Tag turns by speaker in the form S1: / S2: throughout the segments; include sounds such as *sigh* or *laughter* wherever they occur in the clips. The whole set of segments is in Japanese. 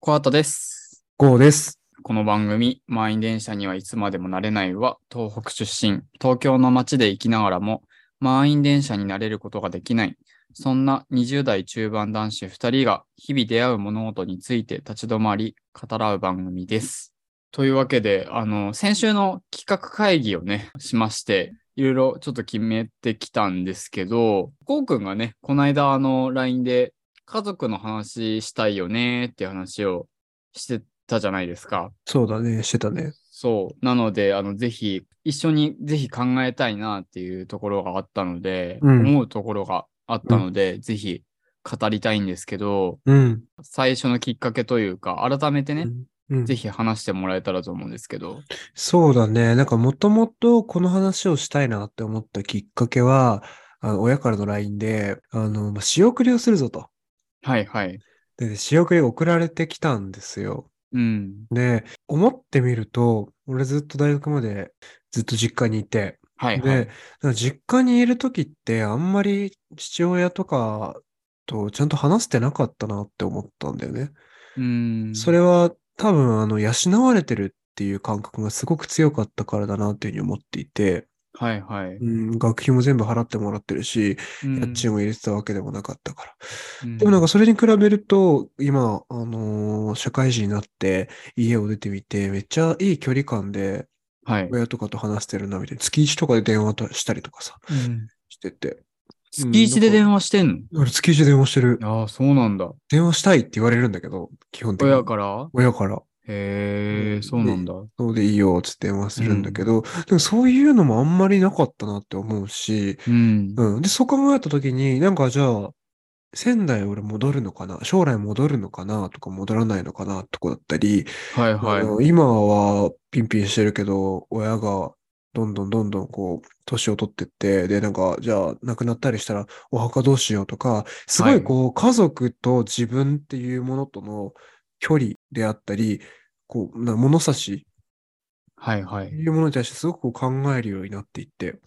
S1: コアタです。
S2: GO です。
S1: この番組、満員電車にはいつまでもなれないは、東北出身、東京の街で生きながらも、満員電車になれることができない、そんな20代中盤男子2人が、日々出会う物事について立ち止まり、語らう番組です。というわけで、あの、先週の企画会議をね、しまして、いろいろちょっと決めてきたんですけど、こうくんがね、この間、あの、LINE で、家族の話したいよねっていう話をしてたじゃないですか。
S2: そうだね、してたね。
S1: そう。なので、あの、ぜひ、一緒にぜひ考えたいなっていうところがあったので、
S2: うん
S1: 思うところがあったので、ぜひ語りたいんですけど、
S2: うん。
S1: 最初のきっかけというか、改めてね、
S2: うん、
S1: ぜひ話してもらえたらと思うんですけど。
S2: そうだね。なんかもともとこの話をしたいなって思ったきっかけは、あの親からの LINE で、あの、まあ仕送りをするぞと。
S1: はいはい。
S2: で、仕送りが送られてきたんですよ。
S1: うん。
S2: で、思ってみると、俺ずっと大学までずっと実家にいて、
S1: はいは
S2: で
S1: い。、
S2: なんか実家にいる時ってあんまり父親とかとちゃんと話してなかったなって思ったんだよね。
S1: うん。
S2: それは多分あの養われてるっていう感覚がすごく強かったからだなっていうふうに思っていて、
S1: はいはい。
S2: うん、学費も全部払ってもらってるし、
S1: うん
S2: 家賃を入れてたわけでもなかったから。
S1: うん
S2: でもなんかそれに比べると、今、あのー社会人になって家を出てみて、めっちゃいい距離感で
S1: はい。
S2: 親とかと話してるなみたいな。月1とかで電話としたりとかさ、してて。
S1: 月一で電話してんの、
S2: 俺月1で電話してる。
S1: ああ、そうなんだ。
S2: 電話したいって言われるんだけど、基本的に。
S1: 親から
S2: 親から。
S1: へ
S2: う
S1: え、
S2: ん
S1: そうなんだ。
S2: そうでいいよ、つって電話するんだけど、でもそういうのもあんまりなかったなって思うし、
S1: うん。
S2: うん。で、そう考えた時に、なんかじゃあ、仙台俺戻るのかな将来戻るのかなとか戻らないのかなとかだったり、
S1: はいはい。
S2: あの今はピンピンしてるけど、親がどんどんどんどんこう、年を取ってって、で、なんか、じゃあ亡くなったりしたらお墓どうしようとか、すご
S1: はい
S2: いこう、家族と自分っていうものとの距離であったり、こう、な物差し
S1: はいはい。
S2: いうものに対してすごくこう考えるようになっていって、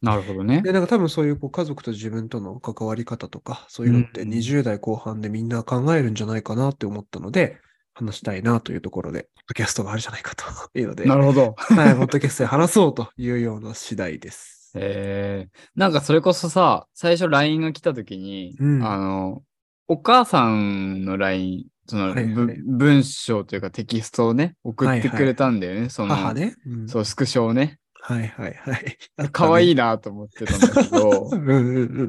S1: なるほどね
S2: で、。なんか多分そういうこう家族と自分との関わり方とか、そういうのって
S1: うん
S2: 20代後半でみんな考えるんじゃないかなって思ったので、話したいなというところで、ポッドキャストがあるじゃないか
S1: *laughs*
S2: というので、
S1: な
S2: はい、
S1: るほ
S2: *laughs*
S1: ど。
S2: ポッドキャストで話そうというような次第です。
S1: えー、なんかそれこそさ、最初 LINE が来た時に、
S2: うん
S1: あの、お母さんの LINE、その、
S2: はいはい
S1: ぶ文章というかテキストをね、送ってくれたんだよね、その、
S2: 母ね。うん
S1: そう、スクショをね。
S2: はいはいはい。
S1: *laughs* 可愛い
S2: い。
S1: なと思ってたんだけど *laughs*
S2: う、んうんうん。
S1: い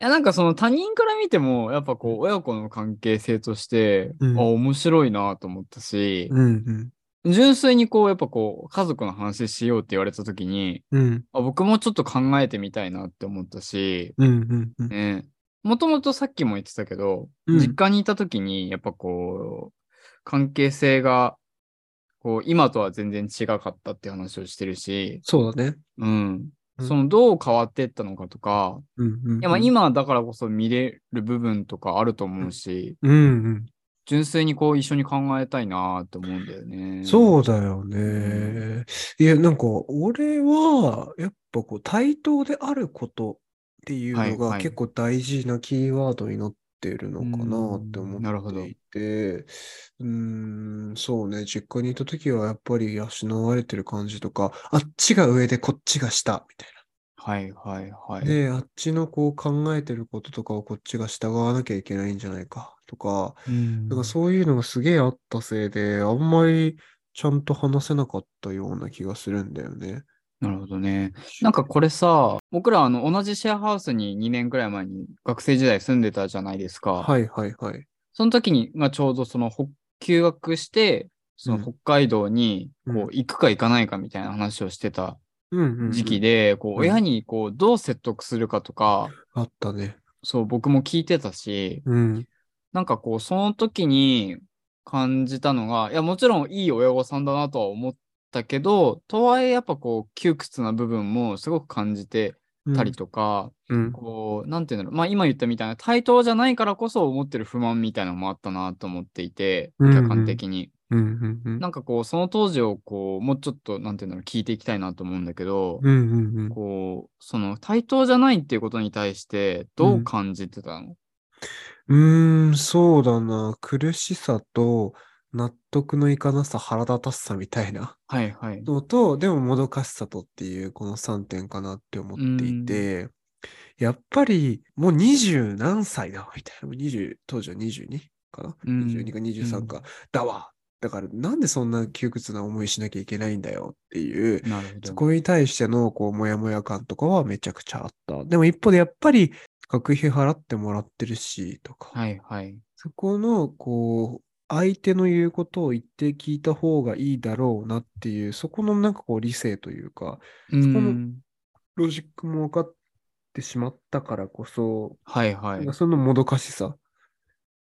S1: やなんかその他人から見ても、やっぱこう、親子の関係性として、
S2: うん
S1: あ、面白いなと思ったし、
S2: うんうん。
S1: 純粋にこう、やっぱこう、家族の話しようって言われた時に、
S2: うん
S1: あ僕もちょっと考えてみたいなって思ったし、
S2: うんうんうん。
S1: ね、もともとさっきも言ってたけど、
S2: うん
S1: 実家にいた時に、やっぱこう、関係性が、こう、今とは全然違かったって話をしてるし、
S2: そうだね。
S1: うん。
S2: うん
S1: その、どう変わっていったのかとか、
S2: うんうんうん。
S1: いやまあ今だからこそ見れる部分とかあると思うし、
S2: うんうん。
S1: 純粋にこう一緒に考えたいなって思うんだよね。
S2: そうだよ
S1: う
S2: ね。いや、なんか、俺は、やっぱこう、対等であることっていう
S1: はい
S2: のが
S1: はい
S2: 結構大事なキーワードになってるのかなって
S1: うん
S2: 思
S1: なるほ
S2: っ
S1: ど
S2: ていて、うーん、そうね、実家にいた時はやっぱり養われてる感じとか、あっちが上でこっちが下、みたいな。
S1: はいはいはい。
S2: で、あっちのこう考えてることとかをこっちが従わなきゃいけないんじゃないかとか、
S1: うん
S2: なんかそういうのがすげえあったせいで、あんまりちゃんと話せなかったような気がするんだよね。
S1: なるほどね。なんかこれさ、僕らあの同じシェアハウスに2年くらい前に学生時代住んでたじゃないですか。
S2: はいはいはい。
S1: その時に、まあ、ちょうどそのほ休学して、その
S2: うん
S1: 北海道に
S2: うん
S1: こう行くか行かないかみたいな話をしてた
S2: うんうんうん
S1: 時期で、こう
S2: うん
S1: 親にこうどう説得するかとか、
S2: あったね。
S1: そう僕も聞いてたし、
S2: うん。
S1: なんかこうその時に感じたのが、いやもちろんいい親御さんだなとは思ったけど、とはいえやっぱこう窮屈な部分もすごく感じてたりとか、
S2: うん。
S1: こう、なんていうんだろう、まあ今言ったみたいな対等じゃないからこそ思ってる不満みたいなのもあったなと思っていて、
S2: うんうん
S1: 客観的に。
S2: うんうんうん。
S1: なんかこう、その当時をこう、もうちょっと、なんていうんだろう、聞いていきたいなと思うんだけど、
S2: うんうんうん。
S1: こう、その対等じゃないっていうことに対して、どう感じてたの、
S2: うーん、そうだな。苦しさと、納得のいかなさ、腹立たしさみたいな
S1: はいはい。
S2: のと、でももどかしさとっていう、この3点かなって思っていて、やっぱり、もう20何歳だ、みたいな。もう20、当時は22かな。
S1: うん
S2: 22か23か、だわ。だから、なんでそんな窮屈な思いしなきゃいけないんだよっていう、
S1: なるほど。
S2: そこに対しての、こう、もやもや感とかはめちゃくちゃあった。でも一方でやっぱり、学費払ってもらってるし、とか、
S1: はいはい。
S2: そこの、こう、相手の言うことを言って聞いた方がいいだろうなっていう、そこのなんかこう理性というか、
S1: う
S2: の
S1: ん。
S2: ロジックも分かってしまったからこそ、
S1: はいは
S2: なん
S1: い
S2: か。そのもどかしさ。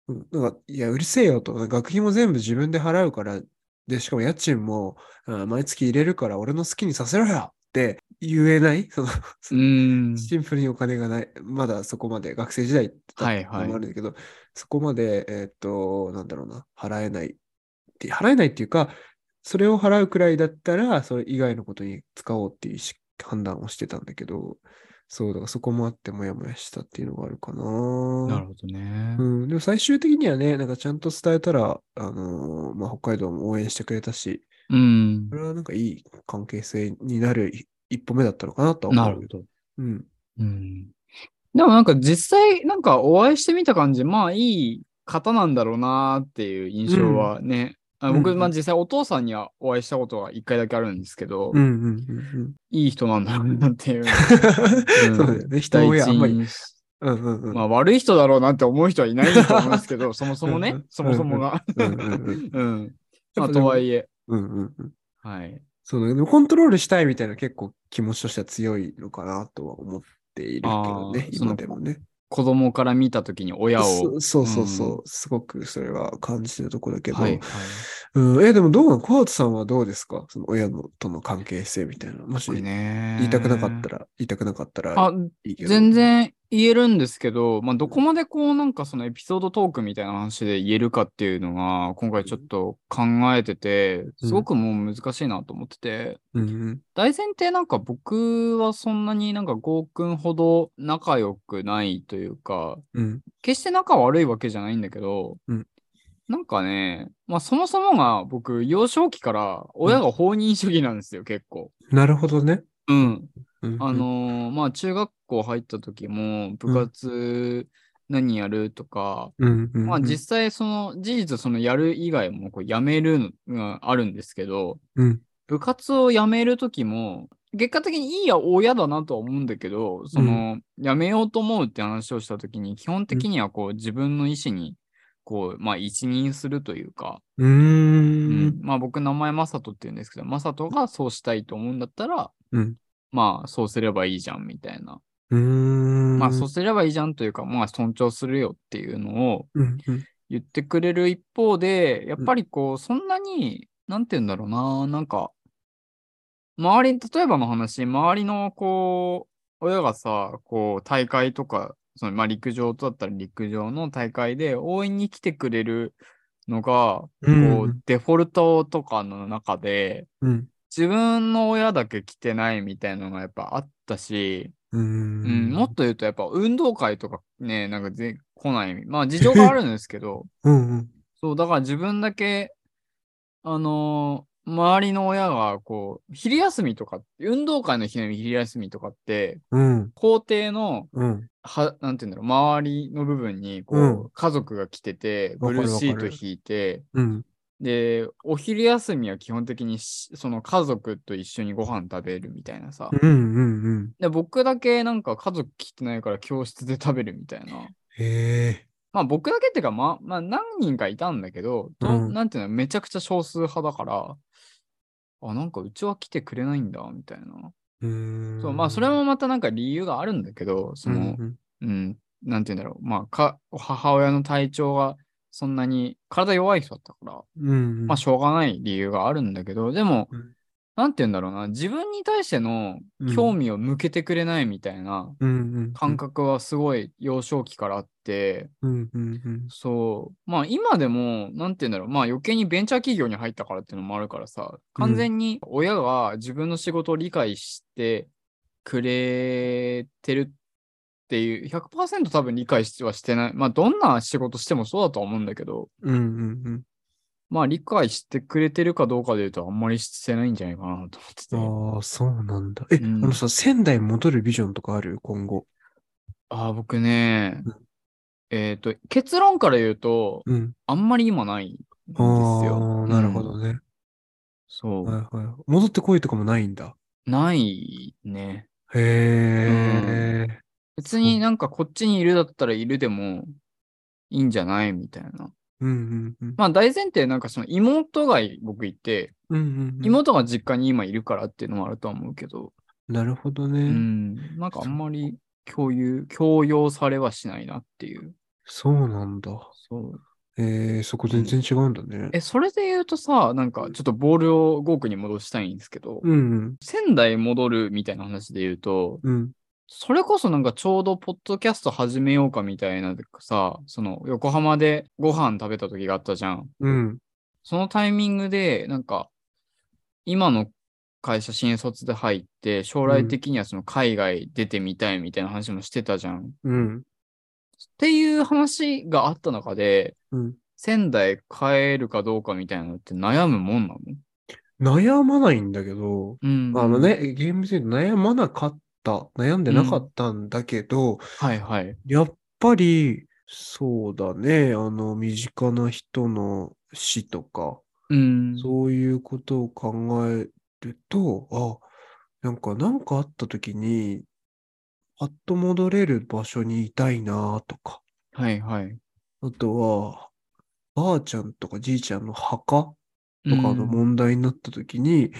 S2: うんなんか、いや、うるせえよと。学費も全部自分で払うから、で、しかも家賃も、うん毎月入れるから俺の好きにさせろよって言えないその、
S1: うん。
S2: シンプルにお金がない、まだそこまで、学生時代ってた
S1: はいはい
S2: のもあるんだけど、そこまで、えーっと、なんだろうな、払えないって、払えないっていうか、それを払うくらいだったら、それ以外のことに使おうっていう意識判断をしてたんだけど、そう、だからそこもあって、もやもやしたっていうのがあるかな。
S1: なるほどね。
S2: うん、でも最終的にはね、なんかちゃんと伝えたら、あのーまあ、北海道も応援してくれたし、
S1: うん
S2: こ。れはなんかいい関係性になるい一歩目だったのかなとは思う。
S1: なるほど。
S2: うん。
S1: うん。でもなんか実際なんかお会いしてみた感じ、まあいい方なんだろうなっていう印象はね。あ
S2: うんう
S1: 僕、
S2: ん
S1: まあ実際お父さんにはお会いしたことが一回だけあるんですけど、
S2: うんうんうん
S1: *laughs*
S2: うん。
S1: いい人なんだろうなって
S2: *laughs*
S1: いう。ん
S2: そうだよね。人
S1: 第
S2: を
S1: 一
S2: あんまり。
S1: 印象
S2: うんうんうん。
S1: まあ悪い人だろうなって思う人はいないと思うんですけ
S2: *laughs*
S1: ど、そもそも
S2: うんう
S1: ね
S2: ん、
S1: そもそもが。
S2: うんうんう
S1: *laughs*
S2: ん
S1: うん。
S2: *laughs* や
S1: まあ
S2: っぱで
S1: と
S2: も
S1: はいえ、
S2: うんうんうん。
S1: はい。
S2: そうだね。でもコントロールしたいみたいな結構気持ちとしては強いのかなとは思っているけどね
S1: あ。ーその
S2: 今でもね。
S1: 子供から見たときに親を
S2: そ。そうそうそうう。すごくそれは感じてるとこだけど。
S1: はいはい。
S2: うん、え、でもどうなのコハトさんはどうですかその親のとの関係性みたいな。もし
S1: これ
S2: 言
S1: ね。
S2: いたくなかったら、言いたくなかったら
S1: あ、
S2: いいけど。
S1: 全。然言えるんですけど、まあ、どこまでこうなんかそのエピソードトークみたいな話で言えるかっていうのが今回ちょっと考えててすごくもう難しいなと思ってて、
S2: うんうん。
S1: 大前提なんか僕はそんなになんかゴーくんほど仲良くないというか
S2: うん。
S1: 決して仲悪いわけじゃないんだけど、
S2: うん
S1: なんかね、まあ、そもそもが僕幼少期から親が放任主義なんですよ、結構。
S2: なるほどね。
S1: うん、
S2: うんうん
S1: あ、のーまあ中学校入った時も部活何やるとか、
S2: うんうんうん
S1: まあ実際その事実そのやる以外もこうやめるのがあるんですけど、
S2: うん
S1: 部活をやめる時も結果的にいいや親だなとは思うんだけどその、やめようと思うって話をした時に基本的にはこう自分の意思にこうまあ一任するというか、
S2: うーん。
S1: まあ僕名前マサトって言うんですけどマサトがそうしたいと思うんだったら、
S2: うん
S1: まあそうすればいいじゃんみたいな、
S2: うーん。
S1: まあそうすればいいじゃんというかまあ尊重するよっていうのを
S2: うんうん
S1: 言ってくれる一方でやっぱりこうそんなになんて言うんだろうななんか周り例えばの話周りのこう親がさこう大会とかそのまあ陸上だったら陸上の大会で応援に来てくれるのが
S2: うん
S1: こうデフォルトとかの中で
S2: うん
S1: 自分の親だけ来てないみたいなのがやっぱあったし、
S2: うー
S1: うん
S2: ん
S1: もっと言うとやっぱ運動会とかねなんかぜ来ないまあ事情があるんですけ
S2: *laughs*
S1: ど
S2: うんうん
S1: そうだから自分だけあのー周りの親がこう昼休みとか運動会の日の昼休みとかって
S2: うん
S1: 校庭の
S2: うん
S1: はなんて言うんだろう周りの部分にこう、
S2: うん
S1: 家族が来てて
S2: わ
S1: ブ
S2: かる
S1: ルーシー
S2: わ
S1: ト
S2: かる
S1: 引いて
S2: うん
S1: で、お昼休みは基本的にしその家族と一緒にご飯食べるみたいなさ。
S2: うんうんうん
S1: で、僕だけなんか家族来てないから教室で食べるみたいな。
S2: へえ
S1: まあ僕だけっていうか、まあ、まあ何人かいたんだけど、ど
S2: うん
S1: なんていうの、めちゃくちゃ少数派だから、あ、なんかうちは来てくれないんだ、みたいな。
S2: うーん
S1: そうまあそれもまたなんか理由があるんだけど、その、
S2: うん
S1: うん、なんていうんだろう、まあか、母親の体調がそんなに、体弱い人だったから、
S2: うんうん
S1: まあしょうがない理由があるんだけど、でも、
S2: うん
S1: なんて言うんだろうな、自分に対しての
S2: うん
S1: 興味を向けてくれないみたいな
S2: うんうん
S1: 感覚はすごい幼少期からあって、
S2: うんうんうん
S1: そう、まあ今でも、なんて言うんだろう、まあ余計にベンチャー企業に入ったからっていうのもあるからさ、完全に親が自分の仕事を理解してくれてるっていう、100%多分理解はしてない。まあ、どんな仕事してもそうだとは思うんだけど、
S2: うんうん
S1: まあ、理解してくれてるかどうかで言うと、あんまりしてないんじゃないかなと
S2: う
S1: 思ってて。
S2: ん。ああ、そうなんだ。え、
S1: うん
S2: あのさ、仙台戻るビジョンとかある今後。
S1: ああ、僕ね
S2: うん、
S1: えっ、と、結論から言うと、
S2: うん。
S1: あんまり今ないんです
S2: あ
S1: よ。
S2: あ、なるほ
S1: うん
S2: どね。
S1: そう、
S2: はいはい。戻ってこいとかもないんだ。
S1: ないね。
S2: へえ。
S1: 別になんかこっちにいるだったらいるでもいいんじゃないみたいな。
S2: うんうんうん。
S1: まあ大前提なんかその妹が僕いて、
S2: うんうんうん、
S1: 妹が実家に今いるからっていうのもあるとは思うけど、
S2: なるほど
S1: う
S2: ね。
S1: ん、なんかあんまり共有、強要されはしないなっていう。
S2: そうなんだ。
S1: そう。
S2: えー、そこ全然違うんだね。
S1: え、それで言うとさ、なんかちょっとボールをゴークに戻したいんですけど、
S2: うん
S1: 仙台戻るみたいな話で言うと、
S2: うん。うん。
S1: それこそなんかちょうどポッドキャスト始めようかみたいなさ、その横浜でご飯食べた時があったじゃん。
S2: うん。
S1: そのタイミングで、なんか、今の会社新卒で入って、将来的にはその海外出てみたいみたいな話もしてたじゃん。っ
S2: うん。
S1: ていう話があった中で、
S2: うん。
S1: 仙台帰るかどうかみたいなのって悩むもんなの
S2: 悩まないんだけど、
S1: うん。
S2: あの。ね、ゲーム性悩まなかった、悩んでなかったんだけど、
S1: はいはい。
S2: やっぱり、そうだね、あの、身近な人の死とか、
S1: うん。
S2: そういうことを考えると、あ、なんか、なんかあった時に、パッと戻れる場所にいたいなとか、
S1: はいはい。
S2: あとは、ばあちゃんとかじいちゃんの墓とか
S1: う
S2: の
S1: ん
S2: 問題になった時に、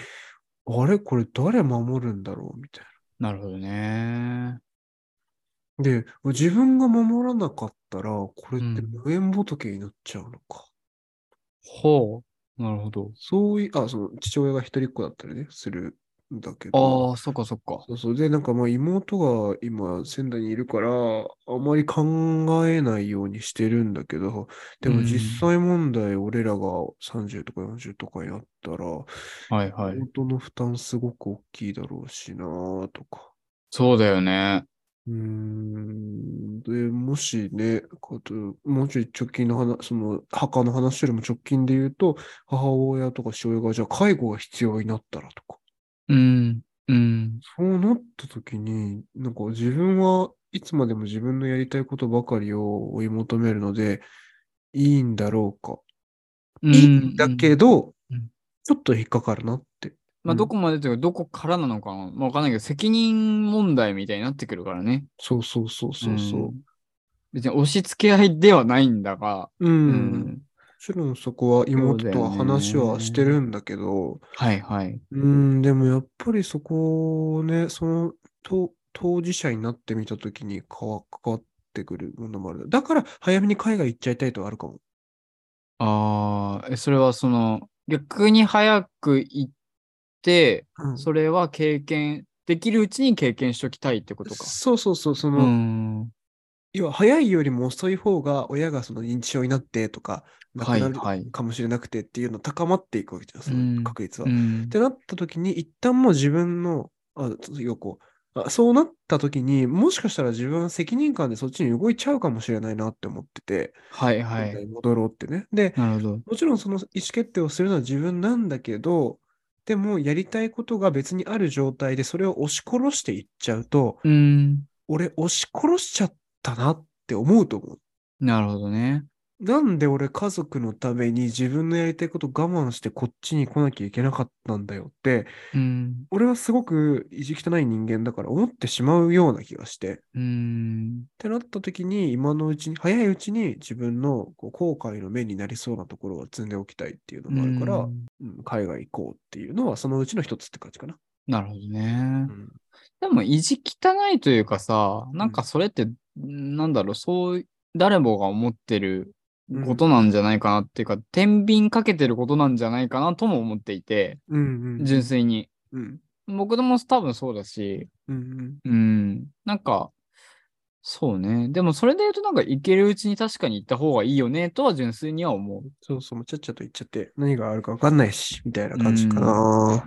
S2: あれこれ誰守るんだろうみたい
S1: なるほどね。
S2: な。で、自分が守らなかったら、これって
S1: うん
S2: 無縁仏になっちゃうのか。
S1: ほう。なるほど。
S2: そういう、あ、その父親が一人っ子だったりね、するんだけど。
S1: ああ、そっかそっか。
S2: そうそう。で、なんかまあ妹が今仙台にいるから、あまり考えないようにしてるんだけど、でも実際問題、俺らが30とか40とかになったら、
S1: はいはい。
S2: 妹の負担すごく大きいだろうしなぁとか。
S1: そうだよね。
S2: うーん。で、もしね、かともうちょい直近の話、その、墓の話よりも直近で言うと、母親とか父親が、じゃあ介護が必要になったらとか、
S1: うん。うん。
S2: そうなった時に、なんか自分はいつまでも自分のやりたいことばかりを追い求めるので、いいんだろうか。いいんだ
S1: ど、
S2: けど
S1: うん、
S2: ちょっと引っかかるなって。
S1: まあ、
S2: うん
S1: どこまでというか、どこからなのかな、まあ、わかんないけど、責任問題みたいになってくるからね。
S2: そうそうそうそうそう。
S1: ん別に押し付け合いではないんだが、
S2: う。
S1: うん
S2: もちろんそこは妹とは話はしてるんだけど、
S1: はいはい。
S2: うん、でもやっぱりそこをね、その当当事者になってみたときに変わ関わってくるものもある。だから早めに海外行っちゃいたいとはあるかも。
S1: ああ、えそれはその、逆に早く行って、
S2: うん
S1: それは経験、できるうちに経験しときたいってことか。
S2: そうそうそう、そうの、
S1: ん。
S2: 要は早いよりも遅い方が親がその認知症になってとか、亡
S1: は
S2: く
S1: い
S2: なる
S1: はい。
S2: かもしれなくてっていうの高まっていくわけじゃん、そ
S1: うん
S2: の確率は
S1: う。ん
S2: ってなった時に、一旦もう自分の、あ、要こう、あそうなった時に、もしかしたら自分は責任感でそっちに動いちゃうかもしれないなって思ってて、
S1: はいは
S2: 現代
S1: い。
S2: に戻ろうってね。で、
S1: なるほど。
S2: もちろんその意思決定をするのは自分なんだけど、でもやりたいことが別にある状態でそれを押し殺していっちゃうと、
S1: うん。
S2: 俺押し殺しちゃったなって思うと思う。
S1: なるほどね。
S2: なんで俺家族のために自分のやりたいこと我慢してこっちに来なきゃいけなかったんだよって、
S1: うん。
S2: 俺はすごく意地汚い人間だから思ってしまうような気がして。っ
S1: うん。
S2: てなった時に、今のうちに、早いうちに自分のこう後悔の目になりそうなところは積んでおきたいっていうのもあるから、
S1: うん
S2: うん海外行こうっていうのはそのうちの一つって感じかな。
S1: なるほどね
S2: う。ん
S1: でも、意地汚いというかさ、なんかそれって、なんだろう、そう、誰もが思ってることなんじゃないかなっていうか、天秤かけてることなんじゃないかなとも思っていて、
S2: うんうん。
S1: 純粋に。
S2: うん
S1: 僕も多分そうだし、
S2: うん
S1: うん、なんか、そうね。でも、それで言うと、なんか、行けるうちに確かに行った方がいいよね、とは純粋には思う。
S2: そうそう、もうちゃっちゃと言っちゃって、何があるか分かんないし、みたいな感じかな。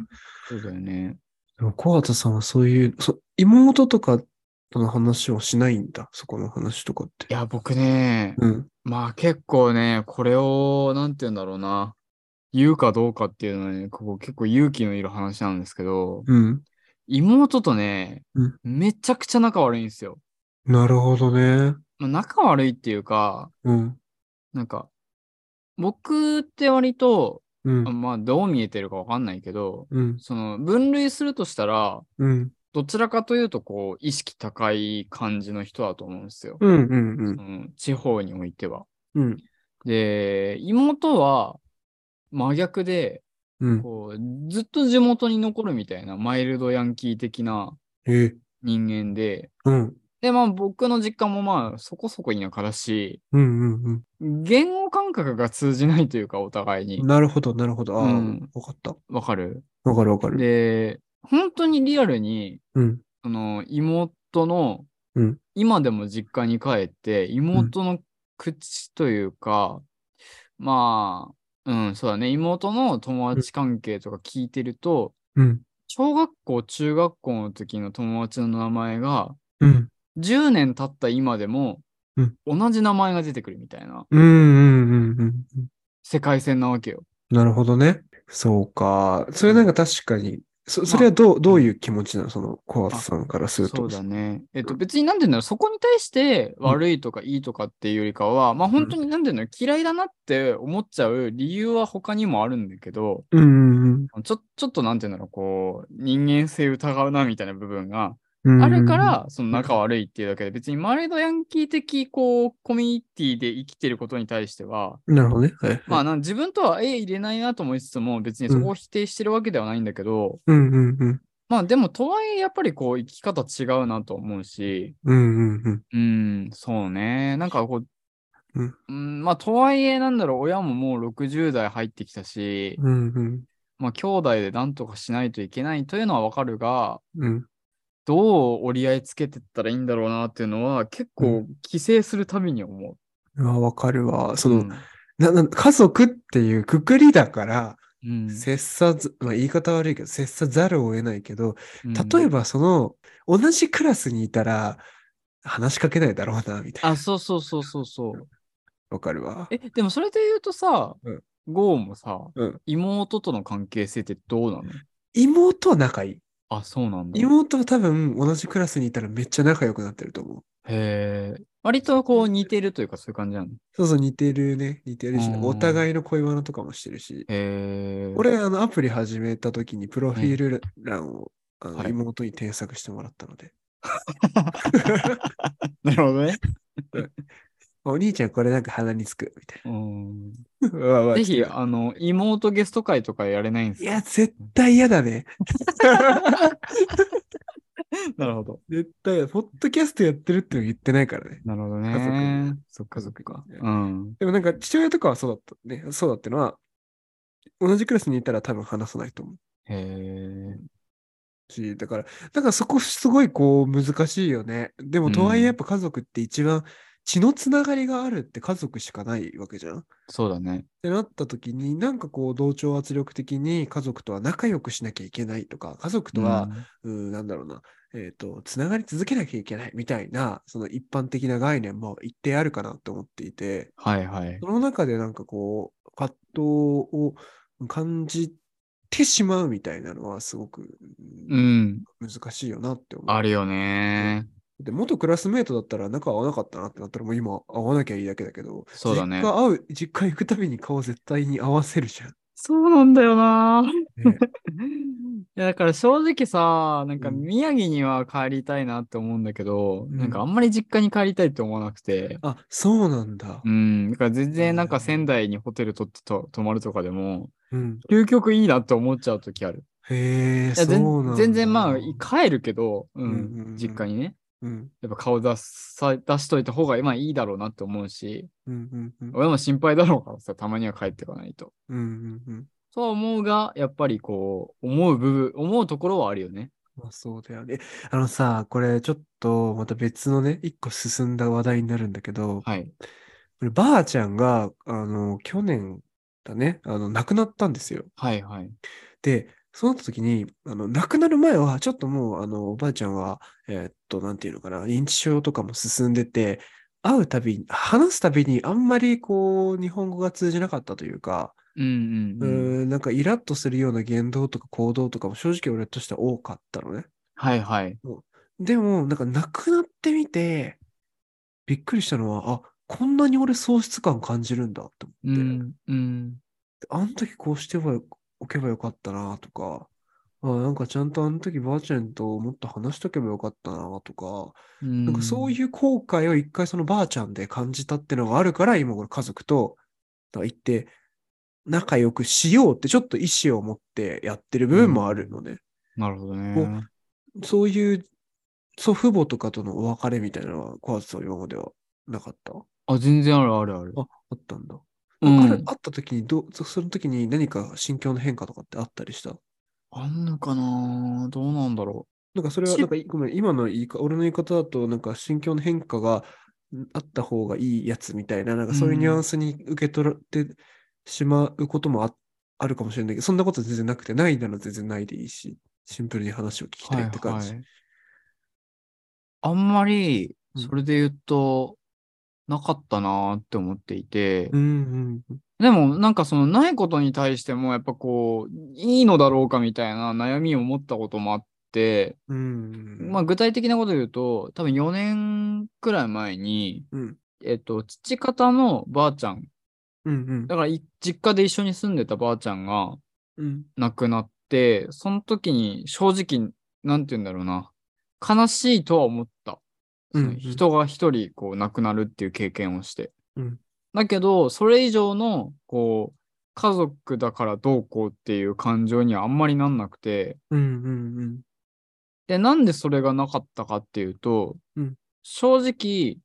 S1: そうだよね。
S2: でも、小畑さんはそういう、そ妹とかその話をしないんだ、そこの話とかっ
S1: い
S2: て。
S1: や、僕ね、
S2: うん。
S1: まあ結構ね、これを、なんて言うんだろうな、言うかどうかっていうのはね、ここ結構勇気のいる話なんですけど、
S2: うん。
S1: 妹とね、
S2: うん
S1: めちゃくちゃ仲悪いんですよ。
S2: なるほどね。
S1: まあ、仲悪いっていうか、
S2: うん。
S1: なんか、僕って割と、
S2: うん。
S1: まあどう見えてるかわかんないけど、
S2: うん。
S1: その分類するとしたら、
S2: うん。
S1: どちらかというと、こう、意識高い感じの人だと思うんですよ。
S2: うん。うん。う。
S1: うんん、地方においては。
S2: うん。
S1: で、妹は真逆で、
S2: うん。
S1: こう、ずっと地元に残るみたいな、マイルドヤンキー的な
S2: え、
S1: 人間で、
S2: うん。
S1: で、まあ僕の実家もまあそこそこ田舎だし、
S2: うん。うん。
S1: 言語感覚が通じないというか、お互い
S2: うん。
S1: に。
S2: なるほど、なるほど。ああ、
S1: う
S2: わ
S1: ん
S2: かった。
S1: わかる
S2: わかるわかる。
S1: で、本当にリアルに、
S2: うん。
S1: その妹の、
S2: うん
S1: 今でも実家に帰って、妹の口というか、まあ、うん、そうだね、妹の友達関係とか聞いてると、
S2: うん。
S1: 小学校、中学校の時の友達の名前が、
S2: うん。
S1: 10年経った今でも
S2: うん、
S1: 同じ名前が出てくるみたいな
S2: うん。うん。うん。うん。
S1: 世界線なわけよ。
S2: なるほどね。そうか。それなんか確かに、そそれはどう、どういう気持ちなのその、コアさんからすると。
S1: そうだね。えっと、別に何て言うんだろう、そこに対して悪いとかいいとかっていうよりかは、まあ本当に何て言うんだろう、嫌いだなって思っちゃう理由は他にもあるんだけど、
S2: うんうん
S1: ちょちょっと何て言うんだろう、こう、人間性疑うなみたいな部分が
S2: うん。
S1: あるから、その仲悪いっていうだけで、別にマイルドヤンキー的、こう、コミュニティで生きてることに対しては、
S2: うん。なるほどね。はい。
S1: *laughs* まあなん自分とは絵入れないなと思いつつも、別にそこを否定してるわけではないんだけど、
S2: うんうんうん。
S1: まあでも、とはいえ、やっぱりこう、生き方違うなと思うし、
S2: うんうんうん。
S1: うん、そうね。なんかこう、
S2: うん
S1: うん、まあ、とはいえ、なんだろう、親ももう60代入ってきたし、
S2: うんうん
S1: まあ、兄弟でなんとかしないといけないというのはわかるが、
S2: うん。
S1: どう折り合いつけてったらいいんだろうなっていうのは、結
S2: う
S1: 構、帰省するたびに思う。
S2: うん。あ、わかるわ。その、
S1: うん
S2: な、な、家族っていうくくりだから、
S1: うん
S2: 切さず、まあ言い方悪いけど、切さざるを得ないけど、
S1: うん
S2: 例えばその、同じクラスにいたら、話しかけないだろうな、みたいな。
S1: あ、そうそうそうそうそう。
S2: わかるわ。
S1: え、でもそれで言うとさ、
S2: うん
S1: ゴーもさ、
S2: うん
S1: 妹との関係性ってどうなの
S2: 妹は仲いい。
S1: あ、そうなんだ。へ
S2: 妹は多分同じクラスにいたらめっちゃ仲良くなってると思う。
S1: え。割とこう似てるというかそういう感じなの
S2: そうそう、似てるね。似てるし、
S1: うん
S2: お互いの恋バナとかもしてるし。
S1: へえ。
S2: 俺、あの、アプリ始めた時に、プロフィール欄を、あの
S1: はい
S2: 妹に添削してもらったので、
S1: なるほど
S2: *laughs*
S1: ね。
S2: お兄ちゃんこれなんか鼻につく、みたい
S1: *laughs* うん、
S2: な。うわうわ
S1: ぜひ、
S2: ちょっと
S1: あの、妹ゲスト会とかやれないんです
S2: い
S1: か
S2: や、絶対嫌だね。
S1: *laughs* なるほど。
S2: 絶対嫌、ポッドキャストやってるっての言ってないからね。
S1: なるほど
S2: 家族
S1: ね。
S2: そっ
S1: 家族か。
S2: 家族
S1: うん。
S2: でもなんか、父親とかはそうだったね。そうだってのは、同じクラスにいたら多分話さないと思う。
S1: へえ。
S2: し、だから、だからそこすごいこう難しいよね。で
S1: う
S2: も
S1: ん
S2: とはいえやっぱ家族って一番血のつながりがあるって家族しかないわけじゃん。っ
S1: そうだね。
S2: てなった時になんかこう同調圧力的に家族とは仲良くしなきゃいけないとか、家族とは、うーん、なんだろうな、えっ、と、つながり続けなきゃいけないみたいな、その一般的な概念も一定あるかなと思っていて、
S1: はいはい
S2: そ。の中でなんかこう、葛藤を感じてしまうみたいなのはすごく、うん
S1: うん。
S2: 難しいよなって思う。
S1: あるよね。
S2: で元クラスメートだったら仲合わなかったなってなったらもう今合わなきゃいいだけだけど、
S1: そうだね
S2: 実家会う、実家行くたびに顔絶対に合わせるじゃん。
S1: そうなんだよな。
S2: *laughs* ね
S1: いやだから正直さ、なんか
S2: うん
S1: 宮城には帰りたいなって思うんだけど、
S2: ん
S1: なんかあんまり実家に帰りたいって思わなくて、
S2: あ、そうなんだ
S1: う。ん、だから全然なん
S2: う
S1: か
S2: ん
S1: 仙台にホテル取ってと泊まるとかでも、
S2: うん。
S1: 究極いいなって思っちゃう時ある。
S2: へえ、
S1: いや
S2: そう
S1: 全
S2: なんだ。
S1: 全然まあ帰るけど、うん
S2: うんうんうん
S1: 実家にね、
S2: うん。
S1: やっぱ顔出さ出しといた方が今いいだろうなって思うし、
S2: うんうんうん。
S1: 親も心配だろうからさ、たまには帰ってこないと。
S2: うんうんうん。
S1: そうは思うが、やっぱりこう、思う部分、思うところはあるよね。
S2: まあそうだよね。あのさ、これちょっとまた別のね、一個進んだ話題になるんだけど、
S1: はい。
S2: こればあちゃんが、あの、去年だね、あの、亡くなったんですよ。
S1: はいはい。
S2: で、そうなった時に、あの、亡くなる前は、ちょっともう、あの、おばあちゃんは、えーっと、なんていうのかな、認知症とかも進んでて、会うたび、話すたびに、あんまりこう、日本語が通じなかったというか、
S1: うんう
S2: う
S1: んうん。
S2: ーん、なんかイラッとするような言動とか行動とかも正直俺としては多かったのね。
S1: はいはい。
S2: でも、なんか亡くなってみて、びっくりしたのは、あ、こんなに俺喪失感感じるんだって
S1: う
S2: 思って、
S1: んうん。
S2: あの時こうしてばよおけばよかったなとか、あ、なんかちゃんとあの時ばあちゃんともっと話しとけばよかったなとか、
S1: な
S2: なんかそういう後悔を一回そのばあちゃんで感じたってのがあるから、今俺家族となんか行って、仲良くしようってちょっと意思を持ってやってる部分もあるので、
S1: なるほど
S2: こ
S1: ね。
S2: そういう祖父母とかとのお別れみたいなのは、小松さんは今まではなかったあ
S1: あ、全然あるあるある。
S2: ったんだ。
S1: う
S2: ある
S1: ん。
S2: あった時にどう、そその時に何か心境の変化とかってあったりした
S1: あんのかなどうなんだろ
S2: なんかそれは、
S1: し
S2: なんかいごめん、今の言い方、俺の言い方だと、なんか心境の変化がんあった方がいいやつみたいな、なんかそういうニュアンスに受け取ってしまうこともああるかもしれないけど、そんなこと全然なくて、ないなら全然ないでいいし、シンプルに話を聞き
S1: う。
S2: たいって感じ。
S1: はいはいあんまり、
S2: うん
S1: それで言うと、なかったなーって思っていて
S2: う、んうん。
S1: でもなんかそのないことに対してもやっぱこう、いいのだろうかみたいな悩みを持ったこともあって、
S2: うん。
S1: まあ具体的なこと言うと、多分4年くらい前に、
S2: うん。
S1: えっと、父方のばあちゃん、
S2: うんうん。
S1: だからい実家で一緒に住んでたばあちゃんが
S2: うん。
S1: 亡くなって、その時に正直、なんて言うんだろうな、悲しいとは思った。
S2: うん
S1: その人が一人こう亡くなるっていう経験をして。
S2: うん
S1: だけど、それ以上のこう家族だからどうこうっていう感情にはあんまりなんなくて、
S2: うんうんうん。
S1: で、なんでそれがなかったかっていうと、
S2: うん
S1: 正直、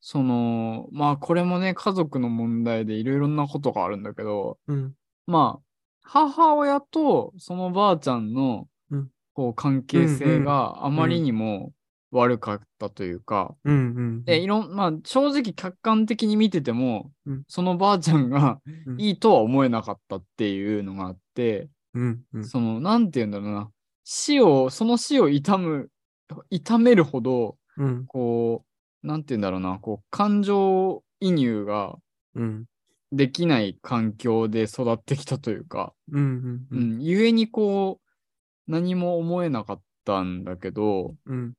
S1: その、まあこれもね、家族の問題でいろいろなことがあるんだけど、
S2: うん。
S1: まあ、母親とそのばあちゃんの、
S2: うん
S1: こう関係性があまりにも悪かったというか、
S2: うんうん。
S1: で、いろん、まあ、正直客観的に見てても、
S2: うん
S1: そのばあちゃんが
S2: うん
S1: いいとは思えなかったっていうのがあって、
S2: うんうん。
S1: その、なんて言うんだろうな、死を、その死を痛む、痛めるほど、
S2: うん
S1: こう、なんて言うんだろうな、こう、感情移入が
S2: うん。
S1: できない環境で育ってきたというか、
S2: うんう。
S1: うんん、ゆえにこう、何も思えなかったんだけど、
S2: うん。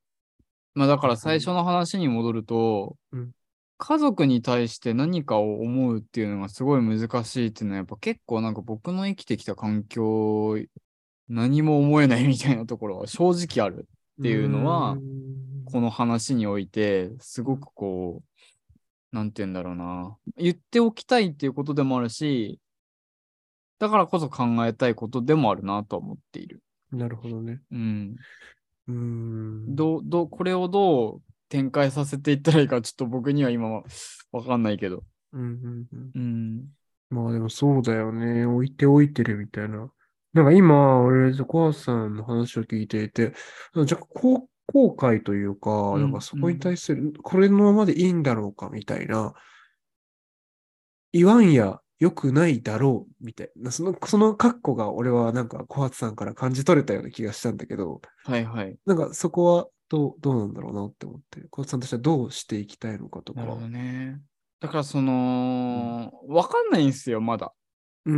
S1: まあだから最初の話に戻ると、
S2: うん
S1: 家族に対して何かを思うっていうのがすごい難しいっていうのはやっぱ結構なんか僕の生きてきた環境、何も思えないみたいなところは正直ある。ていうのはこの話において、すごくこう、なんて言うんだろうな。言っておきたいっていうことでもあるし、だからこそ考えたいことでもあるなとは思っている。
S2: なるほどね。
S1: うん。
S2: うーん。
S1: どう、どう、これをどう展開させていったらいいか、ちょっと僕には今はわかんないけど。
S2: うんうんうん。
S1: うん。
S2: まあでもそうだよね。置いておいてるみたいな。なんか今、俺、ゾコアさんの話を聞いていて、若干後後悔というか、
S1: ん
S2: なんかそこに対する、これのままでいいんだろうかみたいな、言わんや良くないだろうみたいな、その、その括弧が俺はなんか小発さんから感じ取れたような気がしたんだけど、
S1: はいはい。
S2: なんかそこはどう、どうなんだろうなって思って、小発さんとしてはどうしていきたいのかと
S1: なる
S2: か
S1: ほ。どね。だからその、わかんないんですよ、まだ。
S2: うー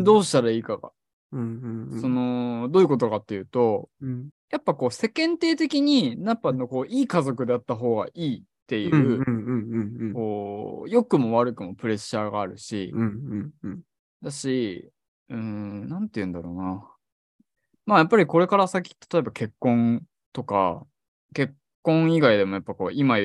S2: ん。
S1: どうしたらいいかが。
S2: うんうんうん。
S1: その、どういうことかっていうと、
S2: うん、
S1: やっぱこう世間体的に、やっぱのこういい家族だった方がいいっていう、
S2: うんうんうんうんうん。
S1: こう、良くも悪くもプレッシャーがあるし、
S2: うんうんうん
S1: だし、うーん、なんて言うんだろうな。まあやっぱりこれから先、例えば結婚とか、結婚以外でもやっぱこう、今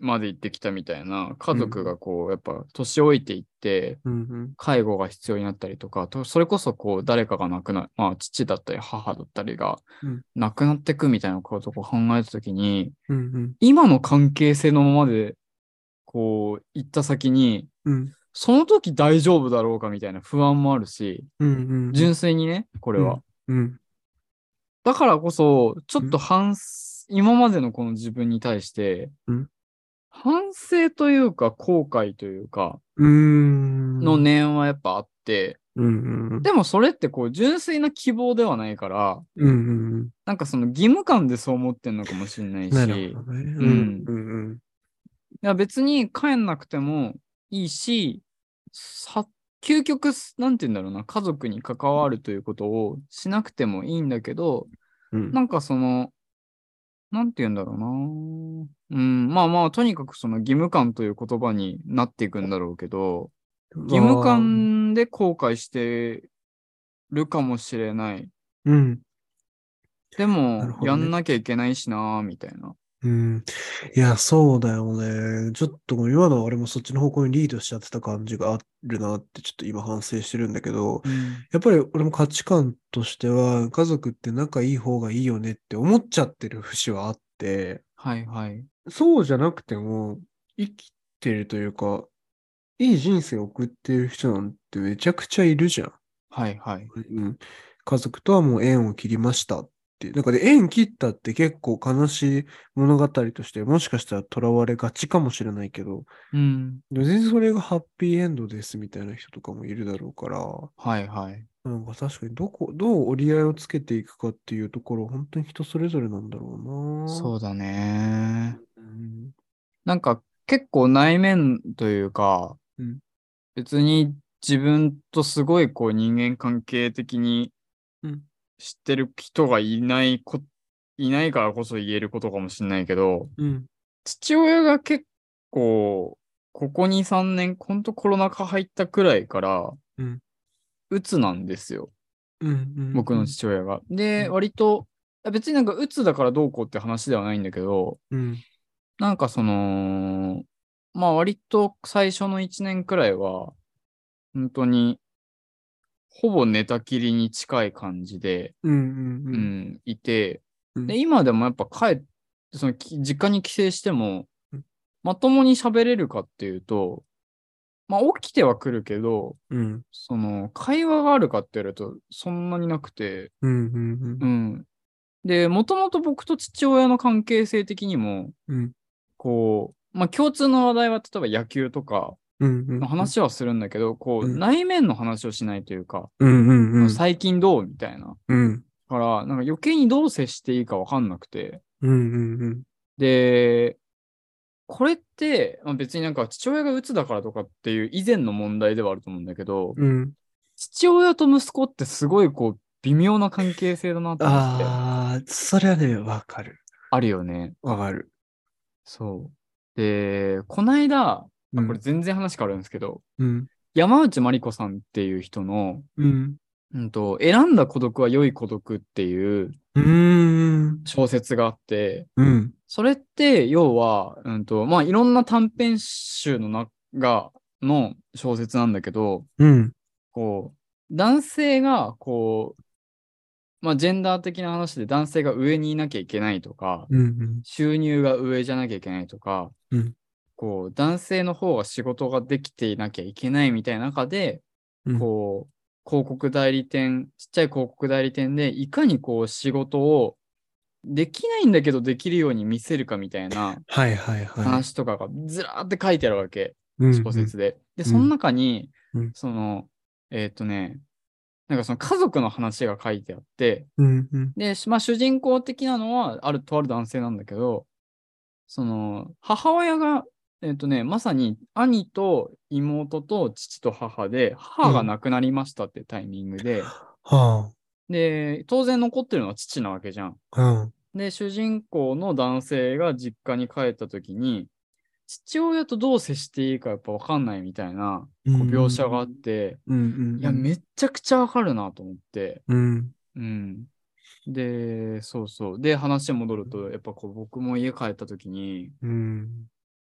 S1: まで言ってきたみたいな、家族がこう、やっぱ年老いていって、
S2: うん
S1: 介護が必要になったりとか、とそれこそこう誰かが亡くな、まあ父だったり母だったりが
S2: うん
S1: 亡くなってくみたいなことを考えたときに、
S2: うんうん
S1: 今の関係性のままでこう行った先に、
S2: うん
S1: その時大丈夫だろうかみたいな不安もあるし、
S2: うん
S1: 純粋にね、これは。
S2: うん
S1: だからこそ、ちょっ
S2: う
S1: と反す、今までのこの自分に対して
S2: うん、
S1: 反省というか後悔というか、
S2: うーん
S1: の念はやっぱあって、
S2: うんうん。
S1: でもそれってこう純粋な希望ではないから、
S2: うんうん
S1: なんかその義務感でそう思ってんのかもしれな
S2: う
S1: い
S2: ん。なる
S1: し、
S2: ほどね。
S1: う
S2: うんんうん
S1: いや別に帰んなくてもいいし、さ究極、なんて言うんだろうな、家族に関わるということをしなくてもいいんだけど、
S2: うん。
S1: なんかその、なんて言うんだろうな。うん、まあまあ、とにかくその義務感という言葉になっていくんだろうけど、義務感で後悔してるかもしれない。
S2: うん。うん。
S1: で
S2: なる
S1: も、
S2: ほど
S1: や
S2: ね
S1: んなきゃいけないしな、みたいな。
S2: うん。いや、そうだよね。ちょっともう今の俺もそっちの方向にリードしちゃってた感じがあるなって、ちょっと今反省してるんだけど、やっぱり俺も価値観としては、家族って仲いい方がいいよねって思っちゃってる節はあって、
S1: はいはい。
S2: そうじゃなくても、生きてるというか、いい人生を送ってる人なんてめちゃくちゃいるじゃん。
S1: はいはい。
S2: うん、家族とはもう縁を切りましたって。なんかで、縁切ったって結構悲しい物語として、もしかしたら囚われがちかもしれないけど、
S1: うん。
S2: でも全然それがハッピーエンドですみたいな人とかもいるだろうから、
S1: はいはい。
S2: なんか確かにどこ、どう折り合いをつけていくかっていうところ、本当に人それぞれなんだろうな。
S1: そうだね。
S2: うん。
S1: なんか結構内面というか、
S2: うん
S1: 別に自分とすごいこう人間関係的に
S2: うん
S1: 知ってる人がいないこ、いないからこそ言えることかもしれないけど、
S2: うん。
S1: 父親が結構、ここ2、3年、ほんとコロナ禍入ったくらいから、
S2: うん
S1: うつなんですよ。
S2: うん。うん
S1: 僕の父親が。で、
S2: うん
S1: 割と、あ別になんかうつだからどうこうって話ではないんだけど、
S2: うん。
S1: なんかその、まあ割と最初の1年くらいは、本当に、ほぼ寝たきりに近い感じで、
S2: うん。うん
S1: う、
S2: うんん。
S1: いて、
S2: うん
S1: で、今でもやっぱ帰って、その、き実家に帰省しても
S2: うん、
S1: まともに喋れるかっていうと、まあ起きてはくるけど、
S2: うん。
S1: その、会話があるかって言われると、そんなになくて、
S2: うん。うん。うん
S1: う。ん。で、もともと僕と父親の関係性的にも、
S2: うん。
S1: こう、まあ、共通の話題は例えば野球とか
S2: うん。うん
S1: の。話はするんだけど、こう、
S2: うん
S1: 内面の話をしないというか、
S2: うん。うん。うん。
S1: 最近どうみたいな。
S2: うん。
S1: だから、なんか余計にどう接していいかわかんなくて。
S2: うん。うん。うん。
S1: で、これって、まあ、別になんか父親が鬱だからとかっていう以前の問題ではあると思うんだけど、
S2: うん。
S1: 父親と息子ってすごいこう、微妙な関係性だなと思って、あ
S2: ああ、それはね、わかる。
S1: るよね。
S2: わかる。
S1: そう。で、こないだ、あ
S2: うん
S1: これ全然話変わるんですけど、
S2: うん。
S1: 山内まりこさんっていう人の、
S2: うん。
S1: うんと、選んだ孤独は良い孤独っていう
S2: うーん。
S1: 小説があって、
S2: うん。
S1: それって要は、うんと、まあ、いろんな短編集の中が、の小説なんだけど、
S2: うん。
S1: こう、男性が、こう、まあ、ジェンダー的な話で男性が上にいなきゃいけないとか、
S2: うん。
S1: 収入が上じゃなきゃいけないとか、
S2: うん
S1: こう、男性の方が仕事ができていなきゃいけないみたいな中で、
S2: うん。
S1: こう、広告代理店、ちっちゃい広告代理店で、いかにこう仕事をできないんだけどできるように見せるかみたいな
S2: はいはいはい。
S1: 話とかがずらーって書いてあるわけ、
S2: うん
S1: 小説で。で、
S2: ん
S1: その中に
S2: うん、
S1: その、えーっとね、なんかその家族の話が書いてあって、
S2: うん。うん。
S1: で、しまあ主人公的なのは、あるとある男性なんだけど、その、母親が、えっ、とね、まさに兄と妹と父と母で、母が亡くなりましたってタイミングで、
S2: は
S1: で、当然残ってるのは父なわけじゃん。
S2: あ。うん。
S1: で、主人公の男性が実家に帰った時に、父親とどう接していいかやっぱわかんないみたいなこう描写があって、
S2: うん。うん。
S1: いや、めっちゃくちゃわかるなと思って、
S2: うん。
S1: うん。で、そうそう。で、話戻ると、やっぱこう、僕も家帰った時に、
S2: うん。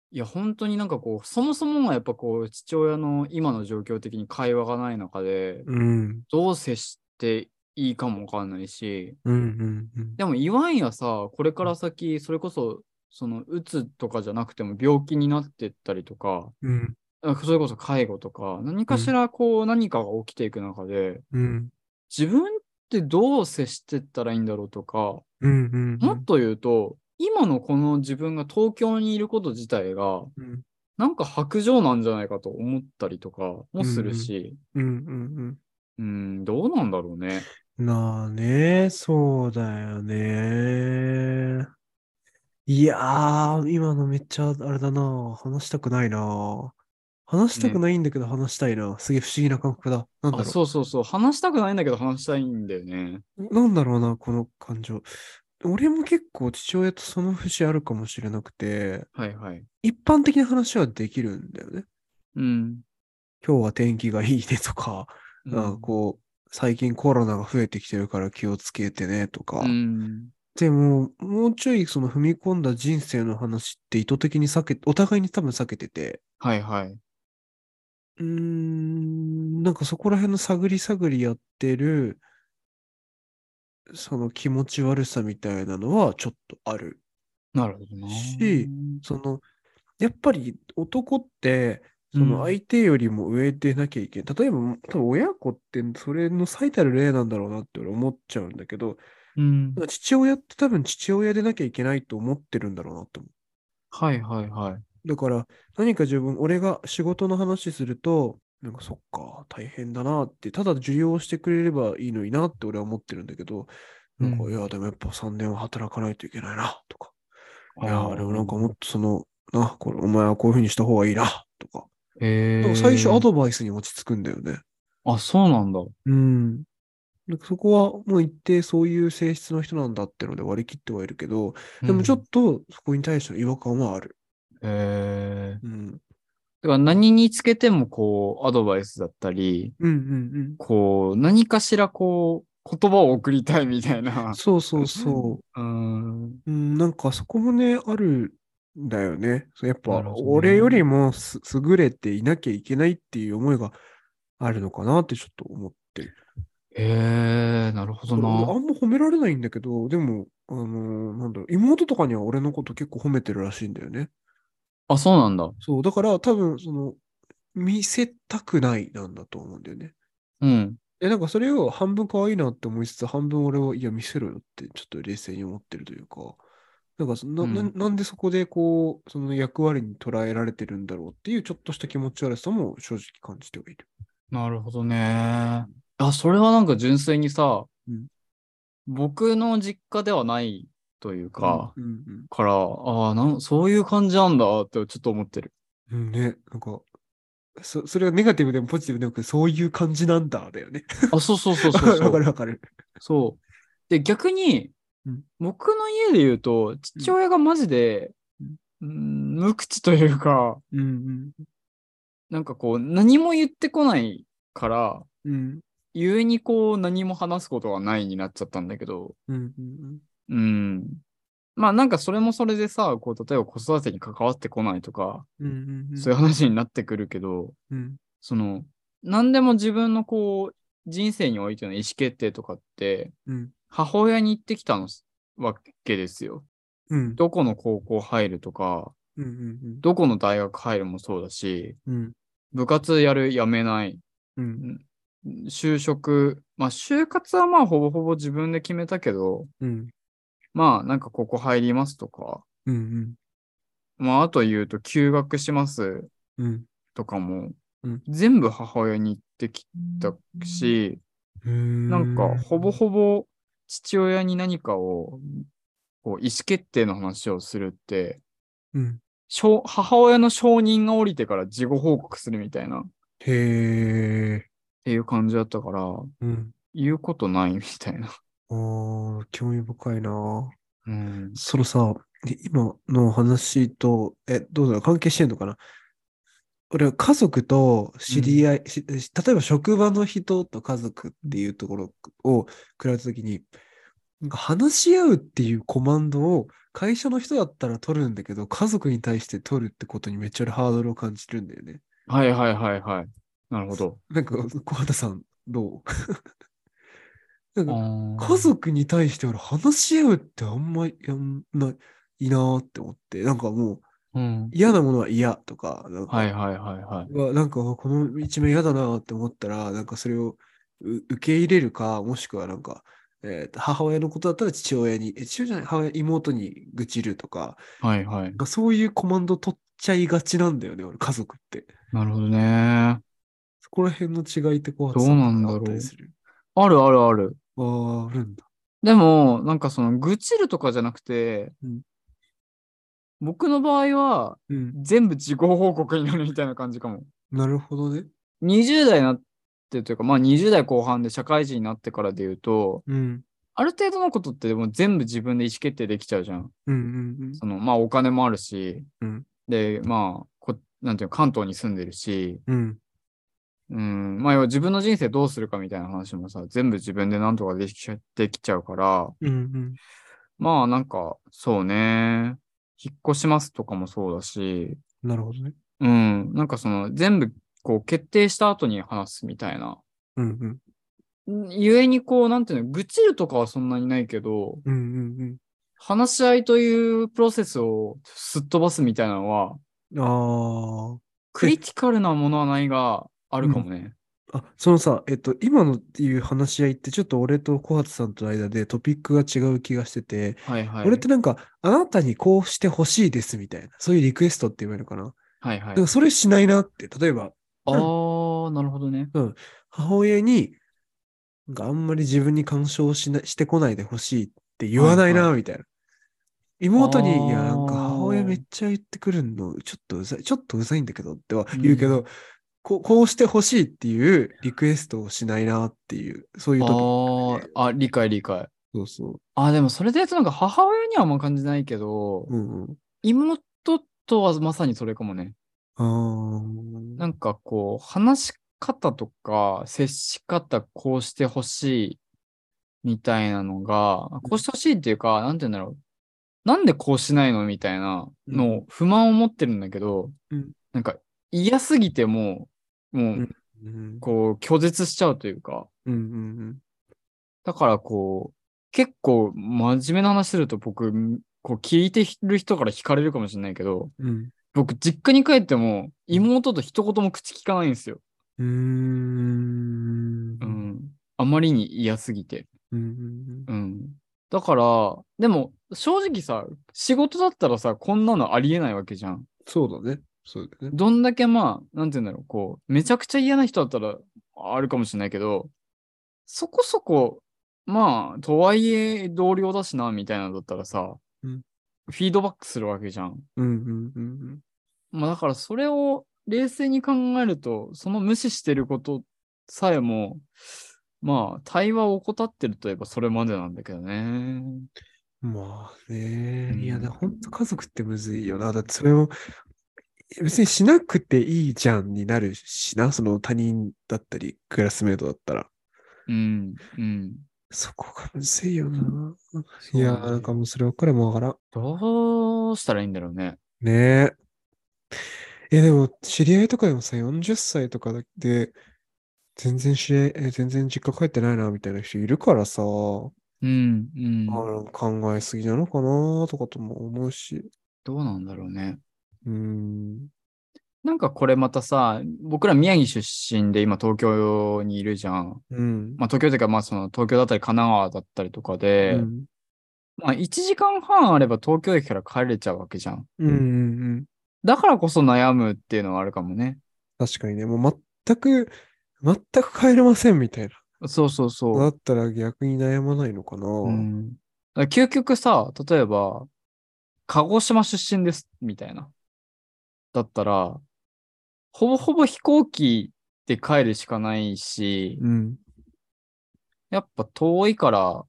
S1: いや、本当になんかこう、そもそもがやっぱこう、父親の今の状況的に会話がない中で、
S2: うん。
S1: どう接していいかもわかんないし、
S2: うん。うん。うん。
S1: でも言わんやさ、これから先、それこそ、その、うつとかじゃなくても病気になってったりとか、
S2: うん。
S1: あそれこそ介護とか、何かしらこう、何かが起きていく中で、
S2: うん。
S1: 自分ってどう接してったらいいんだろうとか、
S2: うん。うん。
S1: もっと言うと、今のこの自分が東京にいること自体が、
S2: うん。
S1: なんか白状なんじゃないかと思ったりとかもするし、
S2: うん。うん。
S1: うなんだろうね。
S2: なあね、そうだよね。いやー、今のめっちゃあれだな。話したくないな。話したくないんだけど話したいな。すげえ不思議な感覚だ。なんだ
S1: あ
S2: ろ
S1: そうそうそう。話したくないんだけど話したいんだよね。
S2: う。なんだろうな、この感情。俺も結構父親とその節あるかもしれなくて、
S1: はいはい。
S2: 一般的な話はできるんだよね。
S1: うん。
S2: 今日は天気がいいねとか、
S1: うん
S2: なんかこう、最近コロナが増えてきてるから気をつけてねとか。
S1: うん。
S2: でも、もうちょいその踏み込んだ人生の話って意図的に避け、お互いに多分避けてて、
S1: はいはい。
S2: うーん、なんかそこら辺の探り探りやってる、その気持ち悪さみたいなのはちょっとある。
S1: なるほどな。
S2: しその、やっぱり男って、そ
S1: うん
S2: の相手よりも上でなきゃいけない。例えば、多分親子ってそれの最たる例なんだろうなって俺思っちゃうんだけど、
S1: うん
S2: なん。か父親って多分父親でなきゃいけないと思ってるんだろうなと思う。
S1: はいはいはい。
S2: だから何か自分、俺が仕事の話すると、なんかそっか、大変だなって、ただ受領してくれればいいのになって俺は思ってるんだけど、なんか、
S1: うん
S2: いや、でもやっぱ3年は働かないといけないな、とか。
S1: あ
S2: いや、
S1: ー
S2: でもなんかもっとその、な、これ、お前はこういうふうにした方がいいな、とか。
S1: へ
S2: なん
S1: え。
S2: か最初アドバイスに落ち着くんだよね。
S1: あ、そうなんだ。
S2: うん。なんかそこはもう一定そういう性質の人なんだってので割り切ってはいるけど、でもちょ
S1: と。
S2: っとそこに対しての違和感はある。
S1: へえ。
S2: うん。
S1: だから何につけてもこう、アドバイスだったり、
S2: うんうん
S1: こう、何かしらこう、言葉を送りたいみたい
S2: うん。
S1: な。
S2: そうそうそう。
S1: うーん。
S2: うん、なんかそこもね、あるんだよね。そうやっ
S1: な
S2: ぱ
S1: るほどね
S2: 俺よりもす優れていなきゃいけないっていう思いがあるのかなってちょっと思ってる。
S1: へえ、なるほど
S2: 俺俺
S1: な。
S2: あんま褒められないんだけど、でも、あのーなんだろう、妹とかには俺のこと結構褒めてるらしいんだよね。
S1: あ、そうなんだ。
S2: そう、だから多分、その、見せたくないなんだと思うんだよね。
S1: うん。
S2: え、なんかそれを半分可愛いなって思いつつ、半分俺は、いや、見せろよってちょっと冷静に思ってるというか、なんかそな、な
S1: うん
S2: なんでそこでこう、その役割に捉えられてるんだろうっていうちょっとした気持ち悪さも正直感じてはいる。
S1: なるほどね。あ、それはなんか純粋にさ、
S2: うん
S1: 僕の実家ではないというか、
S2: うんうん
S1: から、ああ、なんそういう感じなんだってちょっと思ってる。
S2: うん。うんね、なんか、そ、それはネガティブでもポジティブでもなく、そういう感じなんだ、だよね。
S1: あ、そうそうそうそうそ
S2: *laughs* わか
S1: う。
S2: るわかる。
S1: そうで、逆に、
S2: うん
S1: 僕の家で言うと、父親がマジで、うん、無口というか、
S2: うん
S1: なんかこう、何も言ってこないから、
S2: うん。うん
S1: ゆえにこう、何も話すことはないになっちゃったんだけど、
S2: うんうん
S1: うん。まあなんかそれもそれでさ、こう例えば子育てに関わってこないとか、
S2: うんうんうん
S1: そういう話になってくるけど、
S2: うん
S1: その、何でも自分のこう、人生においての意思決定とかって、
S2: うん
S1: 母親に言ってきたのわけですよ。
S2: うん
S1: どこの高校入るとか、
S2: うんうん
S1: どこの大学入るもそうだし、
S2: うん
S1: 部活やる、やめない、
S2: うん
S1: 就職、まあ就活はまあほぼほぼ自分で決めたけど、
S2: うん
S1: まあなんかここ入りますとか、
S2: うん
S1: まあ、あと言うと、休学します
S2: うん
S1: とかも、
S2: うん
S1: 全部母親に言ってきたし、
S2: うん
S1: なんか、ほぼ
S2: ぼ
S1: ほぼ父親に何かを、こう、意思決定の話をするって、
S2: うん
S1: 承母親の承認が降りてから事後報告するみたいな、っ
S2: へえ。
S1: ていう感じだったから、
S2: うん。
S1: 言うことないみたいな。
S2: ああ、興味深いな。
S1: うん。
S2: そのさ、い今の話と、え、どうだろう、関係してんのかな俺は家族と知り合い、し例えば職場の人と家族っていうところを比べたときに、なんか話し合うっていうコマンドを会社の人だったら取るんだけど、家族に対して取るってことにめっちゃ俺ハードルを感じてるんだよね。
S1: はいはいはいはい。なるほど。
S2: なんか、小畑さん、どうなんか、
S1: あー
S2: 家族に対して俺話し合うってあんまりやんない、いいなーって思って、なんかもう
S1: うん。
S2: 嫌なものは嫌とか、なんか、
S1: はいはいはいはい。
S2: うわなんかこの一面嫌だなーって思ったら、なんかそれをう受け入れるか、もしくはなんか、えーと母親のことだったら父親に、え父親じゃない、母親、妹に愚痴るとか、
S1: はいはい
S2: なん。かそういうコマンド取っちゃいがちなんだよね、俺、家族って。
S1: なるほどね。
S2: そこら辺の違いってこう、
S1: どうなんだろう
S2: あったりする
S1: あるあるある。
S2: あーあるんだ。
S1: でも、なんかその、愚痴るとかじゃなくて、
S2: うん
S1: 僕の場合は、
S2: うん。
S1: 全部自己報告になるみたいな感じかも。
S2: なるほどね。
S1: 20代になってというか、まあ20代後半で社会人になってからで言うと、
S2: うん。
S1: ある程度のことってもう全部自分で意思決定できちゃうじゃん。
S2: うんうん
S1: その、まあお金もあるし、
S2: うん
S1: で、まあ、こなんていうの、関東に住んでるし、
S2: うん。うん。
S1: うん、まあ要は自分の人生どうするかみたいな話もさ、全部自分でなんとかできちゃできちゃうから、
S2: うんうん。
S1: まあなんか、そうね。引っ越しますとかもそうだし、
S2: なるほどね。
S1: うん、なんかその全部こう決定した後に話すみたいな。
S2: うんうん。
S1: ゆえにこう、なんていうの、愚痴るとかはそんなにないけど、
S2: うんうん
S1: 話し合いというプロセスをすっ飛ばすみたいなのは、
S2: うん。あ
S1: クリティカルなものはないが、あるかもね。
S2: あ。あ、そのさ、えっと、今のっていう話し合いって、ちょっと俺と小畑さんとの間でトピックが違う気がしてて、
S1: はいはい。
S2: 俺ってなんか、あなたにこうしてほしいですみたいな、そういうリクエストって言われるのかな。
S1: はいはい
S2: だから。それしないなって、例えば、
S1: あー、なるほどね。
S2: 母親に、なんかあんまり自分に干渉しなしてこないでほしいって言わない
S1: はい
S2: な、みたいな。妹
S1: あー
S2: に、いや、なんか母親めっちゃ言ってくるの、ちょっとうざい、ちょっとうざいんだけどっては言うけど、こうこうしてほしいっていうリクエストをしないなっていう、そういう
S1: あ
S2: 時、
S1: ー、あ、理解理解。
S2: そうそ
S1: あ、でもそれで言うとなんか母親にはあんま感じないけど、
S2: う。うんうん。
S1: 妹とはまさにそれかもね。
S2: あー
S1: なんかこう、話し方とか、接し方、こうしてほしいみたいなのが、こうしてほしいっていうか、なんて言うんだろう。なんでこうしないのみたいなのを不満を持ってるんだけど、
S2: うん
S1: なんか嫌すぎてもう、も
S2: うん
S1: う、
S2: うん
S1: こう、拒絶しちゃうというか、
S2: うんうん
S1: だからこう、結構真面目な話すると僕、こう聞いてる人から惹かれるかもしれないけど、
S2: うん。うん
S1: 僕、実家に帰っても妹と一言も口聞かないんですよ。
S2: うーん。
S1: う。ん。あまりに嫌すぎて。
S2: うんうん
S1: うん。だから、でも、正直さ、仕事だったらさ、こんなのありえないわけじゃん。
S2: そうだね。そうだね。
S1: どんだけまあ、なんて言うんだろう、こう、めちゃくちゃ嫌な人だったら、あるかもしれないけど、そこそこ、まあ、とはいえ同僚だしな、みたいなのだったらさ、
S2: うん
S1: フィードバックするわけじゃん。
S2: うんうんうんうん。
S1: まあ、だからそれを冷静に考えると、その無視してることさえも、まあ、対話を怠ってるといえばそれまでなんだけどね。
S2: まあね、いや、
S1: うん
S2: だほんと家族ってむずいよな。だってそれを、別にしなくていいじゃんになるしな、その他人だったり、クラスメートだったら。
S1: うん、うん。
S2: そこがむずいよな。
S1: そう
S2: いや、
S1: ね
S2: なんかもうそればっかりもわからん。
S1: どうしたらいいんだろうね。
S2: ねえ。いや、でも、知り合いとかでもさ、40歳とかで、全然知り合い、え全然実家帰ってないな、みたいな人いるからさ、
S1: うん、うん
S2: あ。の考えすぎなのかな、とかとも思うし。
S1: どうなんだろうね。
S2: うん。
S1: なんかこれまたさ、僕ら宮城出身で今東京にいるじゃん。
S2: うん。
S1: まあ東京というか、まあその東京だったり神奈川だったりとかで、
S2: うん
S1: まあ1時間半あれば東京駅から帰れちゃうわけじゃん。
S2: うんうんうん。
S1: だからこそ悩むっていうのはあるかもね。
S2: 確かにね、もう全く、全く帰れませんみたいな。
S1: そうそう
S2: だ
S1: そ
S2: ったら逆に悩まないのかな。
S1: う。うん、だから究極さ、例えば、鹿児島出身ですみたいな。だったら、ほぼほぼ飛行機で帰るしかないし、
S2: うん。
S1: やっぱ遠いから、